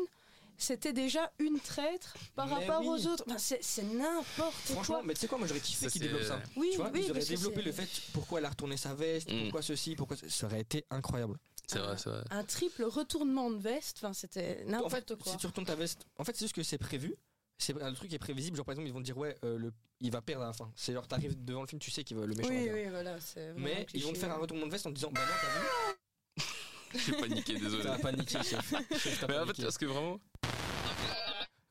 c'était déjà une traître par
Mais
rapport
oui.
aux autres. Enfin, c'est c'est n'importe
Franchement,
quoi.
mais tu sais quoi, moi j'aurais kiffé
Ça,
qu'ils
c'est-
développent ça.
Oui,
Tu vois,
oui,
ils auraient
parce que
développé
c'est
le fait pourquoi elle a retourné sa veste,
Mm.
pourquoi ceci, pourquoi ça. Ça aurait été incroyable.
C'est vrai, c'est vrai.
Un triple retournement de veste, enfin, c'était
En
n'importe
fait,
quoi.
si tu retournes ta veste, en fait, c'est juste que c'est prévu. C'est le truc est prévisible. Genre par exemple, ils vont te dire ouais, euh, le, il va perdre à la fin. C'est genre t'arrives devant le film, tu sais qu'il va le méchant. va
Oui,
perdre.
oui, voilà. c'est vraiment
Mais ils
cliché. hein.
vont te faire un retournement de veste en te disant bah non, t'as vu,
J'ai paniqué, désolé.
t'as paniqué, chef. Chef, t'as
Mais en fait,
paniqué.
parce que vraiment.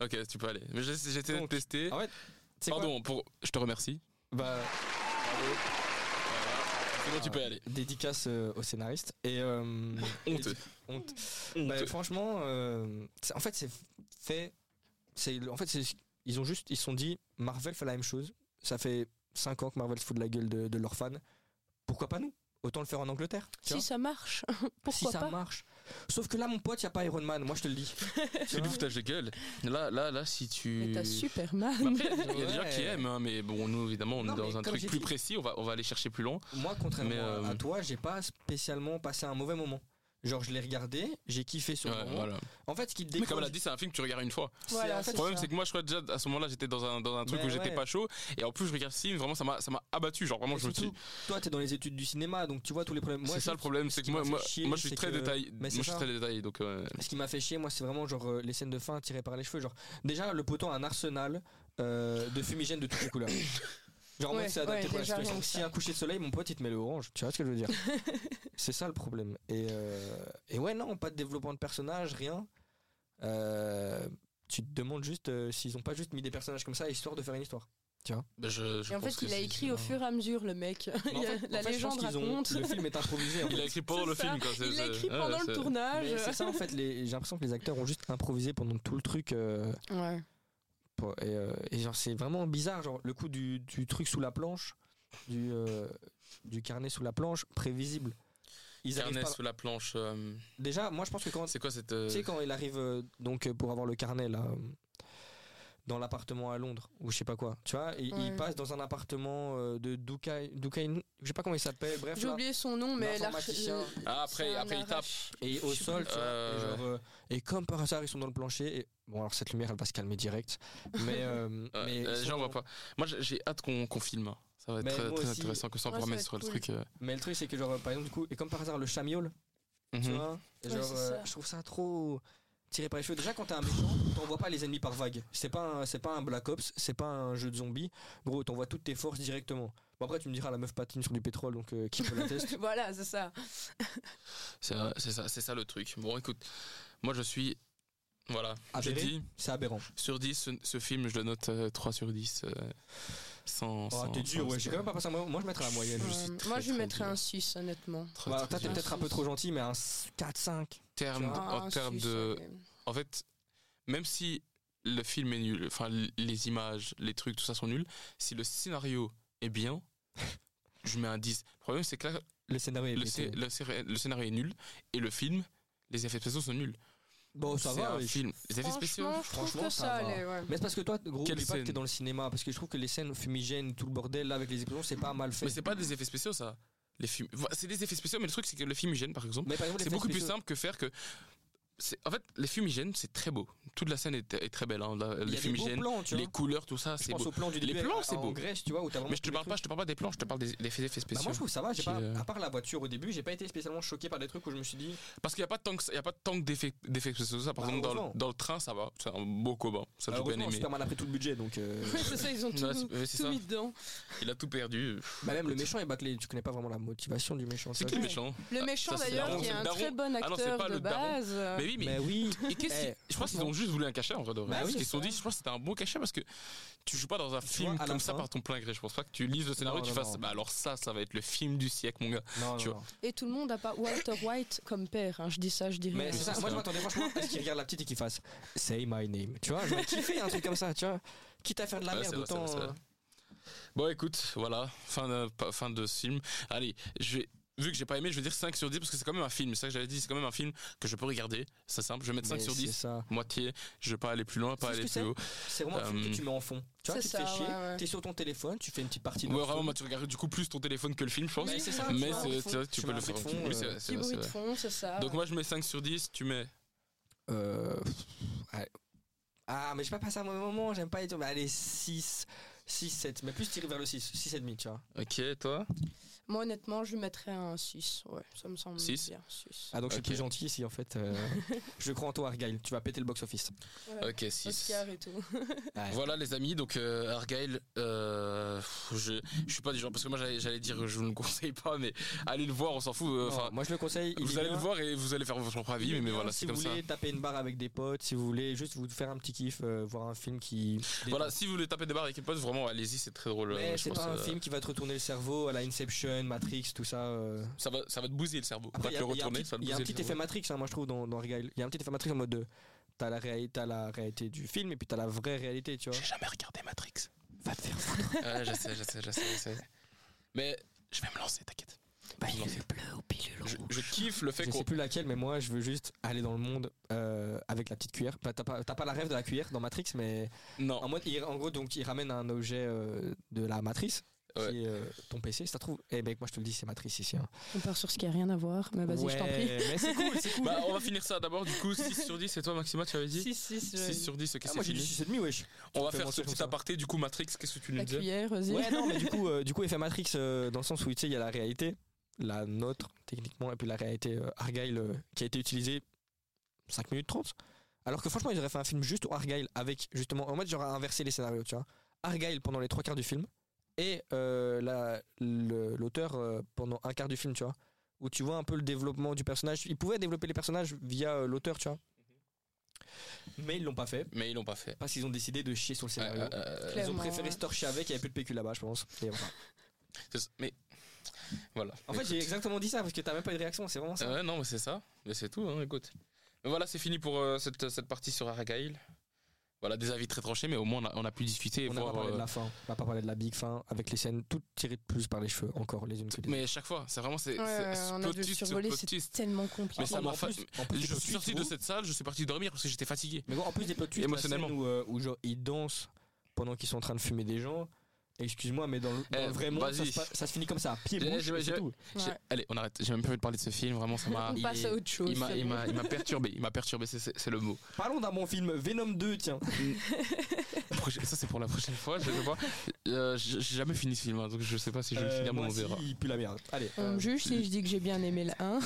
Ok, tu peux aller. Mais j'essa- j'essaie de
Donc,
tester.
ah ouais, c'est quoi
Pardon, pour... je te remercie.
Bah,
Sinon, tu
Ah
peux
ouais.
aller.
dédicace euh, au scénariste. Et euh,
Honteux.
honte. Bah,
Honteux.
franchement, euh, c'est- en fait, c'est fait. C'est le- en fait, c'est ils ont juste, ils se sont dit, Marvel fait la même chose. Ça fait 5 ans que Marvel se fout de la gueule de, de leurs fans. Pourquoi pas nous Autant le faire en Angleterre. tu vois
Si ça marche, pourquoi
si ça
pas
marche. Sauf que là, mon pote, y a pas Iron Man. Moi, je te le dis.
C'est du foutage de gueule. Là, là, là, si tu.
Mais t'as Superman.
Bah après, il y a des gens
Ouais.
qui aiment, hein, mais bon, nous, évidemment, on
Non,
est
mais
dans un
comme
truc
j'ai
plus
dit-
précis. On va, on va aller chercher plus loin.
Moi, contrairement
Mais, euh,
à toi, j'ai pas spécialement passé un mauvais moment. Genre, je l'ai regardé, j'ai kiffé sur
Ouais,
le moment.
voilà.
En fait, ce qui te
Mais comme
déclenche-
elle a dit, c'est un film que tu regardes une fois.
Voilà,
Le
C'est
problème,
ça.
c'est que moi, je crois déjà à ce moment-là, j'étais dans un, dans un truc
Mais
où j'étais
ouais.
pas chaud. Et en plus, je regarde ce film, vraiment, ça m'a ça m'a abattu. Genre, vraiment,
Mais
je me suis.
surtout, Toi, t'es dans les études du cinéma, donc tu vois tous les problèmes. Moi,
C'est ça
je-
le problème, c'est que
qui
moi,
m'a
moi,
fait chier,
moi, je suis
c'est
très
que-
détaillé.
Mais
Moi,
c'est
je suis
ça.
très détaillé, donc. euh,
Ce qui m'a fait chier, moi, c'est vraiment genre euh, les scènes de fin tirées par les cheveux. Genre, déjà, le poteau a un arsenal euh, de fumigène de toutes les couleurs. Genre, moi,
Ouais,
c'est adapté
ouais,
pour la
déjà, rien
situation.
que
Si
ça.
un coucher de soleil, mon pote, il te met le orange. Tu vois ce que je veux dire C'est ça le problème. Et, euh, et ouais, non, pas de développement de personnage, rien. Euh, tu te demandes juste euh, s'ils ont pas juste mis des personnages comme ça histoire de faire une histoire.
bah, je- je
Et en fait,
pense que
il a
c'est-
écrit au
c'est-
fur et à mesure, le mec.
Mais en
Il y a-
fait- en
La
fait, je pense
légende
qu'ils ont-
raconte.
Le film est improvisé. en fait.
Il a écrit pendant
C'est
le
ça.
film. quoi, c'est-
Il l'a
c'est-
écrit
euh, ouais,
pendant le
c'est-
tournage.
Mais ah, c'est ça en fait, les- j'ai l'impression que les acteurs ont juste improvisé pendant tout le truc. euh,
Ouais.
pour- et, euh, et genre c'est vraiment bizarre, genre le coup du, du truc sous la planche, du, euh, du carnet sous la planche, prévisible. Ils arrivent
Carnet
pas-
sous la planche. euh,
Déjà, moi je pense que quand, tu
C'est quoi cette. euh,
sais, quand il arrive euh, donc euh, pour avoir le carnet là, euh, dans l'appartement à Londres ou je sais pas quoi, tu vois, il, il
Ouais.
passe dans un appartement euh, de Dukai, Dukai, je sais pas comment il s'appelle, bref,
J'ai
là,
oublié son nom, mais l'arch-
l'informaticien.
Ah, après,
c'est un
après il tape.
arrache-
et au sol, tu vois,
Euh,
et, genre, euh, et comme par hasard, ils sont dans le plancher. Et, bon, alors cette lumière, elle va se calmer direct. Mais, euh,
Ouais,
mais
euh,
ils sont
j'en vois
dans-
pas. Moi, j'ai- j'ai hâte qu'on qu'on filme. Ça va être
Mais
très,
moi
très
aussi.
intéressant que ça on
Ouais,
pourra
ça
mettre
va
sur le
être
truc. euh,
Mais le truc, c'est que, genre, par exemple, du coup, et comme par hasard, le chamiol, tu
mhm.
vois, et
Ouais,
genre,
c'est
euh,
ça.
je trouve ça trop tiré par les cheveux. Déjà, quand t'es un méchant, t'en vois pas les ennemis par vague. C'est pas, un- c'est pas un Black Ops, c'est pas un jeu de zombies. Gros, t'envoies toutes tes forces directement. Bon, après, tu me diras, la meuf patine sur du pétrole, donc euh, qui peut la tester
Voilà, c'est ça.
C'est euh, c'est ça, c'est ça le truc. Bon, écoute, moi je suis. Voilà, je
Avéré
dis
C'est aberrant.
sur 10, ce, ce film, je le note euh, 3 sur 10. euh, sans,
Oh,
sans-
t'es dur,
sans-
ouais, j'ai quand même pas passé un moment. Moi, je mettrais la moyenne.
Je
Ouais.
suis très,
Euh, Moi, je lui
très
mettrais
dur.
un 6, honnêtement.
Très,
Bah,
très
toi, t'es
dur.
peut-être un peu trop gentil, mais un 4-5.
Terme-
tu vois,
en
Ah, Un
termes
6,
de.
ouais.
En fait, même si le film est nul, enfin l- les images, les trucs, tout ça sont nuls, si le scénario est bien, je mets un 10. Le problème, c'est que là,
Le scénario est
le, scé-
pété.
le scé- le scénario est nul et le film, les effets spéciaux sont nuls.
Bon, ça
c'est
va.
un
oui.
film. Les effets spéciaux.
Franchement, je trouve
Franchement,
que
ça
ça
va.
allait. ouais.
Mais c'est parce que toi, gros,
Quelle
oublie pas que
scène
t'es dans le cinéma, parce que je trouve que les scènes fumigènes, tout le bordel là avec les explosions, c'est pas mal fait.
Mais c'est pas des effets spéciaux, ça. Les films. Voilà, C'est des effets spéciaux, mais le truc, c'est que le film gêne, par exemple.
Mais par exemple, les
C'est beaucoup
effets
plus
spéciaux,
simple que faire que. c'est- En fait, les fumigènes, c'est très beau. Toute la scène est, est très belle. hein. La-
Il y
les
a des beaux
fumigènes,
plans, tu vois.
les couleurs, tout ça,
Je
c'est
pense
beau.
au plan du
Les
début
plans,
en-
c'est
en
beau.
Grèce, tu vois, où t'as vraiment
Mais je
tous
te
les
parle pas,
trucs.
je te parle pas des plans, je te parle des, des effets
Bah,
spéciaux.
moi je trouve que ça va, j'ai
Qui,
pas,
euh,
à part la voiture au début, j'ai pas été spécialement choqué par des trucs où je me suis dit,
Parce qu'il n'y a pas tant que ça- il y a pas tant que d'effets d'effets spéciaux. Ça, par
Bah,
exemple, dans
heureusement. Ah,
le, dans le train, ça va. C'est un beau combat. Ça, j'ai bien
heureusement,
aimé.
Superman a pris tout le budget donc. euh,
Ouais, c'est ça, ils ont tout,
Ouais, c'est- ouais, c'est
tout
ça.
mis dedans.
Il a tout perdu.
bah, même le méchant est bâclé, tu connais pas vraiment la motivation du méchant.
C'est
tu
qui
vois.
le méchant
Le méchant,
Ah, ça, c'est
d'ailleurs,
Daron,
qui est
c'est
un
Daron.
très bon
Ah non, c'est
acteur
pas
de
le Daron.
base. euh,
Mais oui, mais.
Mais oui,
et qu'est-ce
Eh,
qui- Je pense qu'ils
franchement.
ont juste voulu un cachet en vrai de vrai.
Bah
Parce
oui,
qu'ils se sont
c'est
dit, je pense que c'était un bon cachet parce que tu joues pas dans un film
vois, à la
comme ça
fin-
par ton plein gré. Je pense pas que tu lises le scénario
Non,
et tu
non,
fasses,
non.
bah alors ça, ça va être le film du siècle, mon gars.
non,
Tu
non,
vois.
non.
Et tout le monde n'a pas Walter White comme père. hein, Je dis ça, je dis
Mais
rien.
c'est ça, moi je m'attendais franchement à ce qu'il regarde la petite et qu'il fasse Say my name. Tu vois, j'aurais kiffé un truc comme ça, tu vois. Quitte à faire de la
Ouais,
merde,
c'est vrai, c'est vrai,
autant.
c'est vrai.
euh,
Bon, écoute, voilà, fin de, pa- fin de ce film. Allez, je vais- Vu que j'ai pas aimé, je vais dire 5 sur 10 parce que c'est quand même un film. C'est ça que j'avais dit, c'est quand même un film que je peux regarder. C'est simple, je vais mettre 5
mais
sur
c'est
10,
ça.
moitié. Je vais pas aller plus loin, pas
C'est ce
aller
que c'est.
plus haut.
C'est vraiment un film
Euh,
que tu mets en fond. Tu vois,
c'est
tu te fais
ça,
chier,
ouais, ouais.
t'es sur ton téléphone, tu fais une petite partie de.
Ouais,
film.
vraiment, moi, tu regardes du coup plus ton téléphone que le film, je pense.
Mais c'est ça, tu
Mais
vois, un
c'est-
bruit de
c'est
fond.
vrai, tu
Tu
peux
mets
le
un
faire.
bruit de
en film.
fond,
Oui, c'est
euh,
vrai, c'est
Petit
vrai, c'est
bruit de
vrai.
fond, c'est ça.
Donc,
ouais.
moi, je mets 5 sur 10, tu mets.
Euh, allez. Ah, mais j'ai pas passé un mauvais moment, j'aime pas être. mais allez, 6, 6, 7, mais plus tirer vers le 6, 6 et demi, tu vois.
Ok, toi
Moi, honnêtement, je lui mettrais un 6. Ouais, ça me semble
Six
bien. 6.
Ah, donc je suis
Ok.
plus gentil ici en fait. euh, je crois en toi, Argyle, tu vas péter le box-office.
Ok, 6.
Oscar et tout.
Voilà les amis, donc euh, Argyle, euh, pff, je, je suis pas du genre, parce que moi j'allais j'allais dire je vous le conseille pas, mais allez le voir, on s'en fout. euh,
Non,
Enfin,
moi je le conseille. il
vous
est
allez
bien.
le voir et vous allez faire votre propre avis,
Il est
mais, mais
bien
voilà,
si
c'est
vous
comme ça.
voulez taper une barre avec des potes, si vous voulez juste vous faire un petit kiff, euh, voir un film qui.
Voilà, si vous voulez taper des barres avec les potes, vraiment allez-y, c'est très drôle. euh,
Mais
je
c'est
pense,
pas un
euh,
film qui va te retourner le cerveau à la Inception, Matrix, tout ça. euh.
Ça va, ça va te bousiller le cerveau.
Après,
va
il y,
te
a-
le
il y a un
retourner,
petit,
ça va te
il y a un
bousiller le
petit effet
cerveau.
Matrix, hein, moi je trouve, dans, dans Argyle. Il y a un petit effet Matrix en mode de. T'as la, réa- t'as la réalité du film et puis t'as la vraie réalité, tu vois.
J'ai jamais regardé Matrix.
Va te faire
ouais, je sais, je sais, je sais, je sais. Mais je vais me lancer, t'inquiète. Je vais me lancer.
bleu ou pilule
Je, je kiffe le fait
Je
qu'on.
sais plus laquelle, mais moi je veux juste aller dans le monde euh, avec la petite cuillère. Bah, t'as pas, t'as pas la rêve de la cuillère dans Matrix, mais
Non,
en mode, il- en gros, donc il ramène un objet euh, de la matrice
Ouais.
qui est euh, ton PC. Si ça trouve, eh mec, moi je te le dis, c'est matrice ici. hein.
On part sur ce qui a rien à voir, mais Ah, vas-y, je t'en prie.
Ouais, Mais c'est cool, c'est cool.
bah, on va finir ça d'abord. Du coup, 6 sur 10, et toi, Maxima, tu avais dit
6, 6,
6 sur 10, ok,
Ah,
c'est
moi j'ai dit
fini.
6,5, wesh.
On va
Fais
faire
mentir
ce
comme
petit
ça.
aparté, du coup, Matrix, qu'est-ce que tu nous
La
disais
cuillère, vas-y.
Ouais, non, mais du coup, euh, du coup, effet Matrix, euh, dans le sens où tu sais, il y a la réalité, la nôtre, techniquement, et puis la réalité euh, Argyle euh, qui a été utilisée 5 minutes 30. Alors que franchement, ils auraient fait un film juste où Argyle avec, justement, en mode, j'aurais inversé les scénarios, tu vois. Argyle pendant les trois quarts du film, et euh, la- le- l'auteur euh, pendant un quart du film, tu vois. Où tu vois un peu le développement du personnage. Ils pouvaient développer les personnages via euh, l'auteur, tu vois. Mais ils l'ont pas fait,
Mais ils l'ont pas fait.
parce qu'ils ont décidé de chier sur le scénario.
Euh, euh,
Ils ont
Clairement, hein.
préféré
ouais.
se torcher avec, il n'y avait plus de PQ là-bas, je pense. Et voilà.
euh, c'est- mais voilà.
En fait,
Écoute.
j'ai exactement dit ça parce que t'as même pas eu de réaction, c'est vraiment ça.
Ouais, non, mais c'est ça. Mais c'est tout, hein, écoute. Mais voilà, c'est fini pour euh, cette, cette partie sur Argyle. Voilà, des avis très tranchés, mais au moins on a, on a pu discuter et
on n'a pas
voir.
parlé de
euh,
la fin, on n'a pas parlé de la big fin avec les scènes toutes tirées de plus par les cheveux, encore les unes que les autres.
Mais chaque fois, c'est vraiment. C'est,
Ouais,
c'est-
ouais,
ce
on a dû
plotiste, ce
survoler,
plotiste.
c'est tellement compliqué.
Mais ça
Ah, En
m'a
plus- en
Je
plus,
suis
les plot
sorti
twists,
de
gros.
cette salle, je suis parti dormir parce que j'étais fatigué.
Mais gros, en plus des plot twists,
Émotionnellement.
la scène où, euh, où genre ils dansent pendant qu'ils sont en train de fumer des gens. Excuse-moi, mais dans le, dans
Eh,
le vrai monde, ça
vas-y. Eh,
se, pa- ça se finit comme ça, pied
J'ai-
bouche,
j'ai-
et c'est
j'ai-
tout.
Ouais.
J'ai- Allez, on arrête. J'ai même pas envie de parler de ce film. Vraiment, ça m'a.
On
il-
passe à autre chose.
il m'a,
c'est
il
bon.
m'a- il m'a perturbé. Il m'a perturbé, c'est, c'est- c'est le mot.
Parlons d'un bon film, Venom 2, tiens.
Proche- Ça, c'est pour la prochaine fois. Je sais pas. Euh, j'ai j'ai jamais fini ce film, hein, donc je sais pas si je vais le
Euh,
finir, mais
moi
on
aussi,
verra.
il pue la merde. Allez.
On
euh,
me juge si je dis que j'ai bien aimé le 1.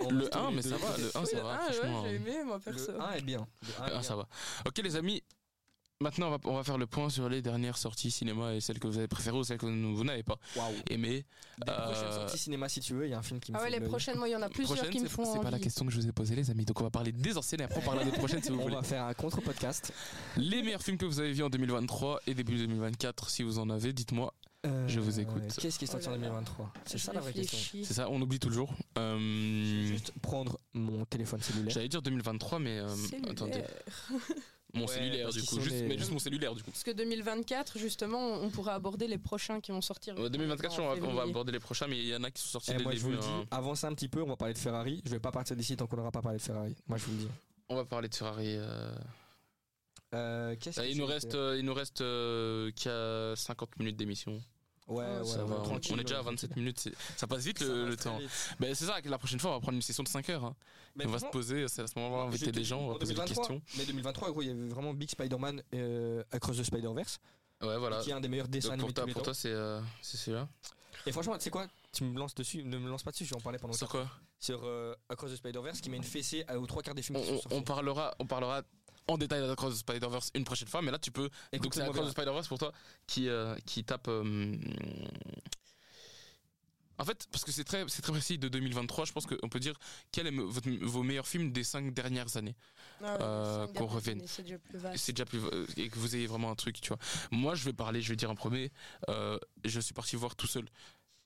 on
Le
reste tous
1,
les
mais
deux.
ça va. Le 1, ça
le
va.
1,
franchement.
Ah, j'ai aimé, moi, perso.
Le 1 est bien. Le un est
Ah,
bien.
ça va. Ok, les amis. Maintenant, on va, on va faire le point sur les dernières sorties cinéma et celles que vous avez préférées ou celles que vous n'avez pas
Waouh.
aimées.
Des
Euh,
prochaines sorties cinéma, si tu veux, il y a un film qui me
Ah ouais,
fait
les
une-
prochaines, moi, il y en a plusieurs
Prochaine,
qui me
c'est,
font
c'est pas la
envie.
question que je vous ai posée, les amis. Donc, on va parler des anciennes et après, on parlera de prochaine si vous
On
voulez.
va faire un contre-podcast.
Les meilleurs films que vous avez vus en 2023 et début 2024, si vous en avez, dites-moi. Je vous écoute.
Euh, Qu'est-ce qui est sorti
Oh
en
là là.
2023 C'est ça la vraie question.
C'est ça, on oublie toujours. Euh,
Je vais Juste prendre mon téléphone cellulaire.
J'allais dire 2023, mais euh, attendez. Mon
Ouais,
cellulaire,
parce
du
qu'ils
coup.
sont
Juste,
les-
Mais juste mon cellulaire, du coup.
Parce que 2024, justement, on pourra aborder les prochains qui vont sortir.
Oh,
Euh, 2024, on
en
va, on va
février.
aborder les prochains, mais il y en a qui sont sortis
Et
dès
Eh, moi
le
je vous
début.
le dis,
hein.
avancez un petit peu, on va parler de Ferrari. Je vais pas partir d'ici tant qu'on n'aura pas parlé de Ferrari. Moi je vous le dis.
On va parler de Ferrari. euh,
Euh, qu'est-ce
Ah,
que
il, nous
j'ai
reste,
fait
euh, il nous reste euh, qu'il y a 50 minutes d'émission.
Ouais,
Ah,
ouais,
ça
ouais,
va, on,
tranquille,
on est déjà à
tranquille.
27 minutes. c'est- Ça passe vite
Ça
le,
va
le
très
temps.
vite.
Ben, c'est ça, que la prochaine fois, on va prendre une session de 5 heures. hein.
Mais
on va se
franchement,
poser, c'est à ce moment-là, on va
je
inviter
te
des
dis,
gens, on
en
va poser des
2023,
questions.
Mais 2023, gros, il y avait vraiment Big Spider-Man euh, Across the Spider-Verse,
Ouais, voilà.
qui est un des meilleurs dessins
Donc
animés
pour
de tous
toi, pour toi
les temps.
c'est euh, c'est celui-là.
Et franchement, tu sais quoi Tu me lances dessus, ne me lance pas dessus, je vais en parler pendant
Sur quoi
sur euh, Across the Spider-Verse qui met une fessée à- aux trois quarts des films
on,
qui sont
on-
sortis.
on parlera, on parlera en détail d'Across the Spider-Verse une prochaine fois, mais là tu peux. donc c'est
Écoutez-moi
Across the
bien.
Spider-Verse pour toi qui, euh, qui tape. euh, En fait, parce que c'est très, c'est très précis de 2023, je pense qu'on peut dire quels est votre- vos meilleurs films des 5 dernières années.
Ah ouais,
euh,
cinq
qu'on
dernières
revienne.
années, C'est déjà plus vaste.
c'est déjà plus euh, et que vous ayez vraiment un truc tu vois moi je vais parler je vais dire en premier euh, je suis parti voir tout seul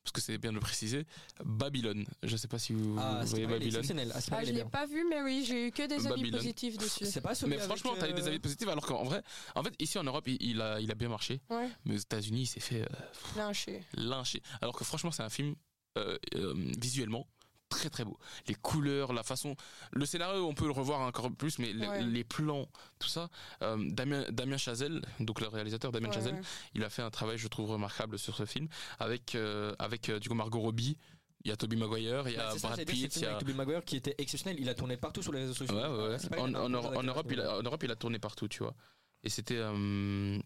parce que c'est bien de le préciser Babylone je sais pas si vous,
Ah,
vous voyez
c'est pas- il est
Babylone
exceptionnel. Ah, c'est pas-
Ah,
il
je
est
l'ai
bien.
pas vu, mais oui, j'ai eu que des avis
Babylone.
positifs dessus.
C'est pas celui
mais
avec,
franchement, t'as eu des
euh,
avis positifs, alors qu'en vrai, en fait, ici en Europe, il, il a, il a bien marché,
Ouais,
mais aux États-Unis, il s'est fait euh,
lynché.
lyncher. Alors que franchement, c'est un film euh, euh, visuellement très très beau. Les couleurs, la façon. Le scénario, on peut le revoir encore plus, mais le-
Ouais.
les plans, tout ça. Euh, Damien, Damien Chazelle, donc le réalisateur Damien
Ouais,
Chazelle,
ouais.
il a fait un travail je trouve remarquable sur ce film avec euh, avec euh, du coup Margot Robbie Il y a Toby Maguire, il y
Bah,
a
c'est ça,
Brad
j'allais dire,
Pitt,
c'est
il y
le
a.
film avec Tobey Maguire qui était exceptionnel. Il a tourné partout sur les réseaux sociaux.
Ouais, ouais, ouais.
C'est pas
En,
grave,
en-
on a
en
un
Europe, il a, en Europe, il a tourné partout, tu vois. Et c'était. euh,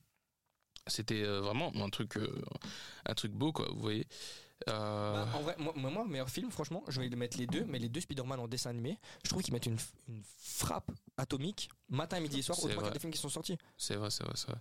c'était euh, vraiment un truc, euh, un truc beau, quoi, vous voyez. Euh,
Bah, en vrai, moi, moi, moi, meilleur film, franchement, je vais mettre les deux, mais les deux Spider-Man en dessin animé, je trouve qu'ils mettent une, une frappe atomique matin, midi et soir aux
C'est
trois
vrai.
quatre films qui sont sortis.
c'est vrai, c'est vrai, c'est vrai.